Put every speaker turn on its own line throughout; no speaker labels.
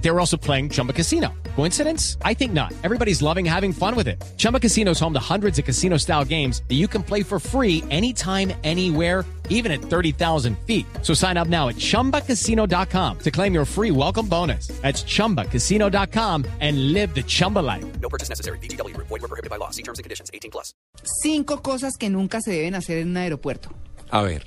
They were also playing Chumba Casino. Coincidence? I think not. Everybody's loving having fun with it. Chumba Casino is home to hundreds of casino style games that you can play for free anytime, anywhere even at 30,000 feet. So sign up now at ChumbaCasino.com to claim your free welcome bonus. That's ChumbaCasino.com and live the Chumba life.
No purchase necessary. BGW. Void were prohibited by law. See terms and conditions. 18 plus.
Cinco cosas que nunca se deben hacer en un aeropuerto.
A ver,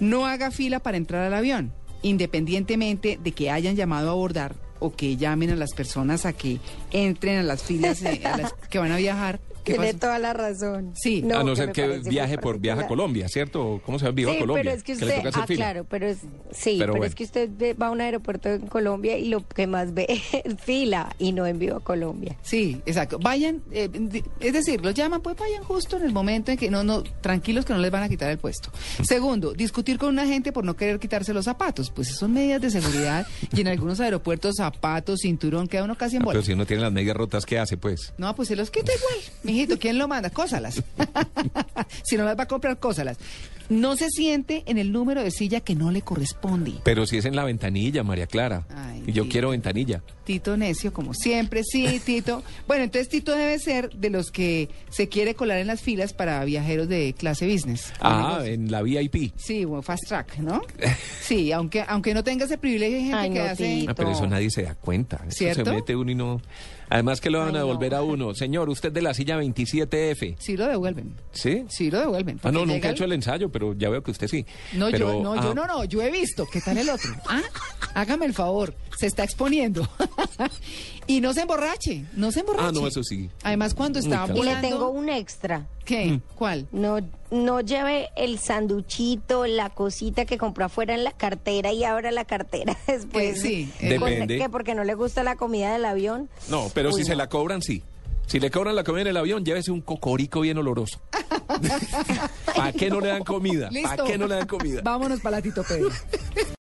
No haga fila para entrar al avión, independientemente de que hayan llamado a abordar o que llamen a las personas a que entren a las filas eh, a las que van a viajar. ¿Qué
Tiene
pasó?
toda la razón.
Sí.
a no
me
ser que
parece muy
viaje por
particular.
Viaja a Colombia, ¿cierto? ¿Cómo se llama? Viva
sí,
Colombia.
pero es que usted,
le toca hacer
ah,
fila.
claro, pero es, sí,
Pero
pero,
bueno.
es que usted ve- va a un aeropuerto en Colombia y lo que más ve es fila y no en vivo Colombia.
Sí, exacto. Vayan, eh, di- es decir, los llaman, pues vayan justo en el momento en que no, no, tranquilos que no les van a quitar el puesto. Segundo, discutir con una gente por no querer quitarse los zapatos, pues son medidas de seguridad y en algunos aeropuertos zapatos, cinturón, queda uno casi en
Ah,
bola.
pero si uno tiene las medias rotas, ¿qué hace, pues?
No, pues se los quita igual. Mijito, ¿quién lo manda? Cósalas. si no las va a comprar, cósalas. No se siente en el número de silla que no le corresponde.
Pero si es en la ventanilla, María Clara.
Ay,
y yo
sí.
quiero ventanilla.
Tito necio, como siempre. Sí, Tito. Bueno, entonces Tito debe ser de los que se quiere colar en las filas para viajeros de clase business.
Ah, en la VIP.
Sí, o fast track, ¿no? Sí, aunque aunque no tenga ese privilegio, hay gente
Ay,
que
no,
hace...
Tito.
Ah, pero eso nadie se da cuenta. Eso
¿Cierto?
se mete uno y no. Además que lo van
Ay,
a
no.
devolver a uno. Señor, usted de la silla 27F.
Sí lo devuelven.
¿Sí?
Sí lo devuelven.
Ah, no,
porque
nunca
llega
he
el-
hecho el ensayo, pero ya veo que usted sí.
No,
Pero,
yo, no,
ah,
yo no, no, yo he visto. ¿Qué tal el otro? Ah, hágame el favor, se está exponiendo. y no se emborrache, no se emborrache.
Ah, no, eso sí.
Además, cuando está
claro. Mm.
Y le
volando...
tengo un extra.
¿Qué? ¿Cuál? Eh,
No, no lleve el sanduchito, la cosita que compró afuera en la cartera y abra la cartera después.
sí, eh,
Cosa
Depende.
Que porque no le gusta la comida del avión.
No, pero
Uy,
si se
no.
la cobran, sí. Si le cobran la comida en el avión, llévese un cocorico bien oloroso. ¿Para qué no le dan comida? ¿Para
Listo.
qué no le dan comida?
Vámonos para la Tito Pedro.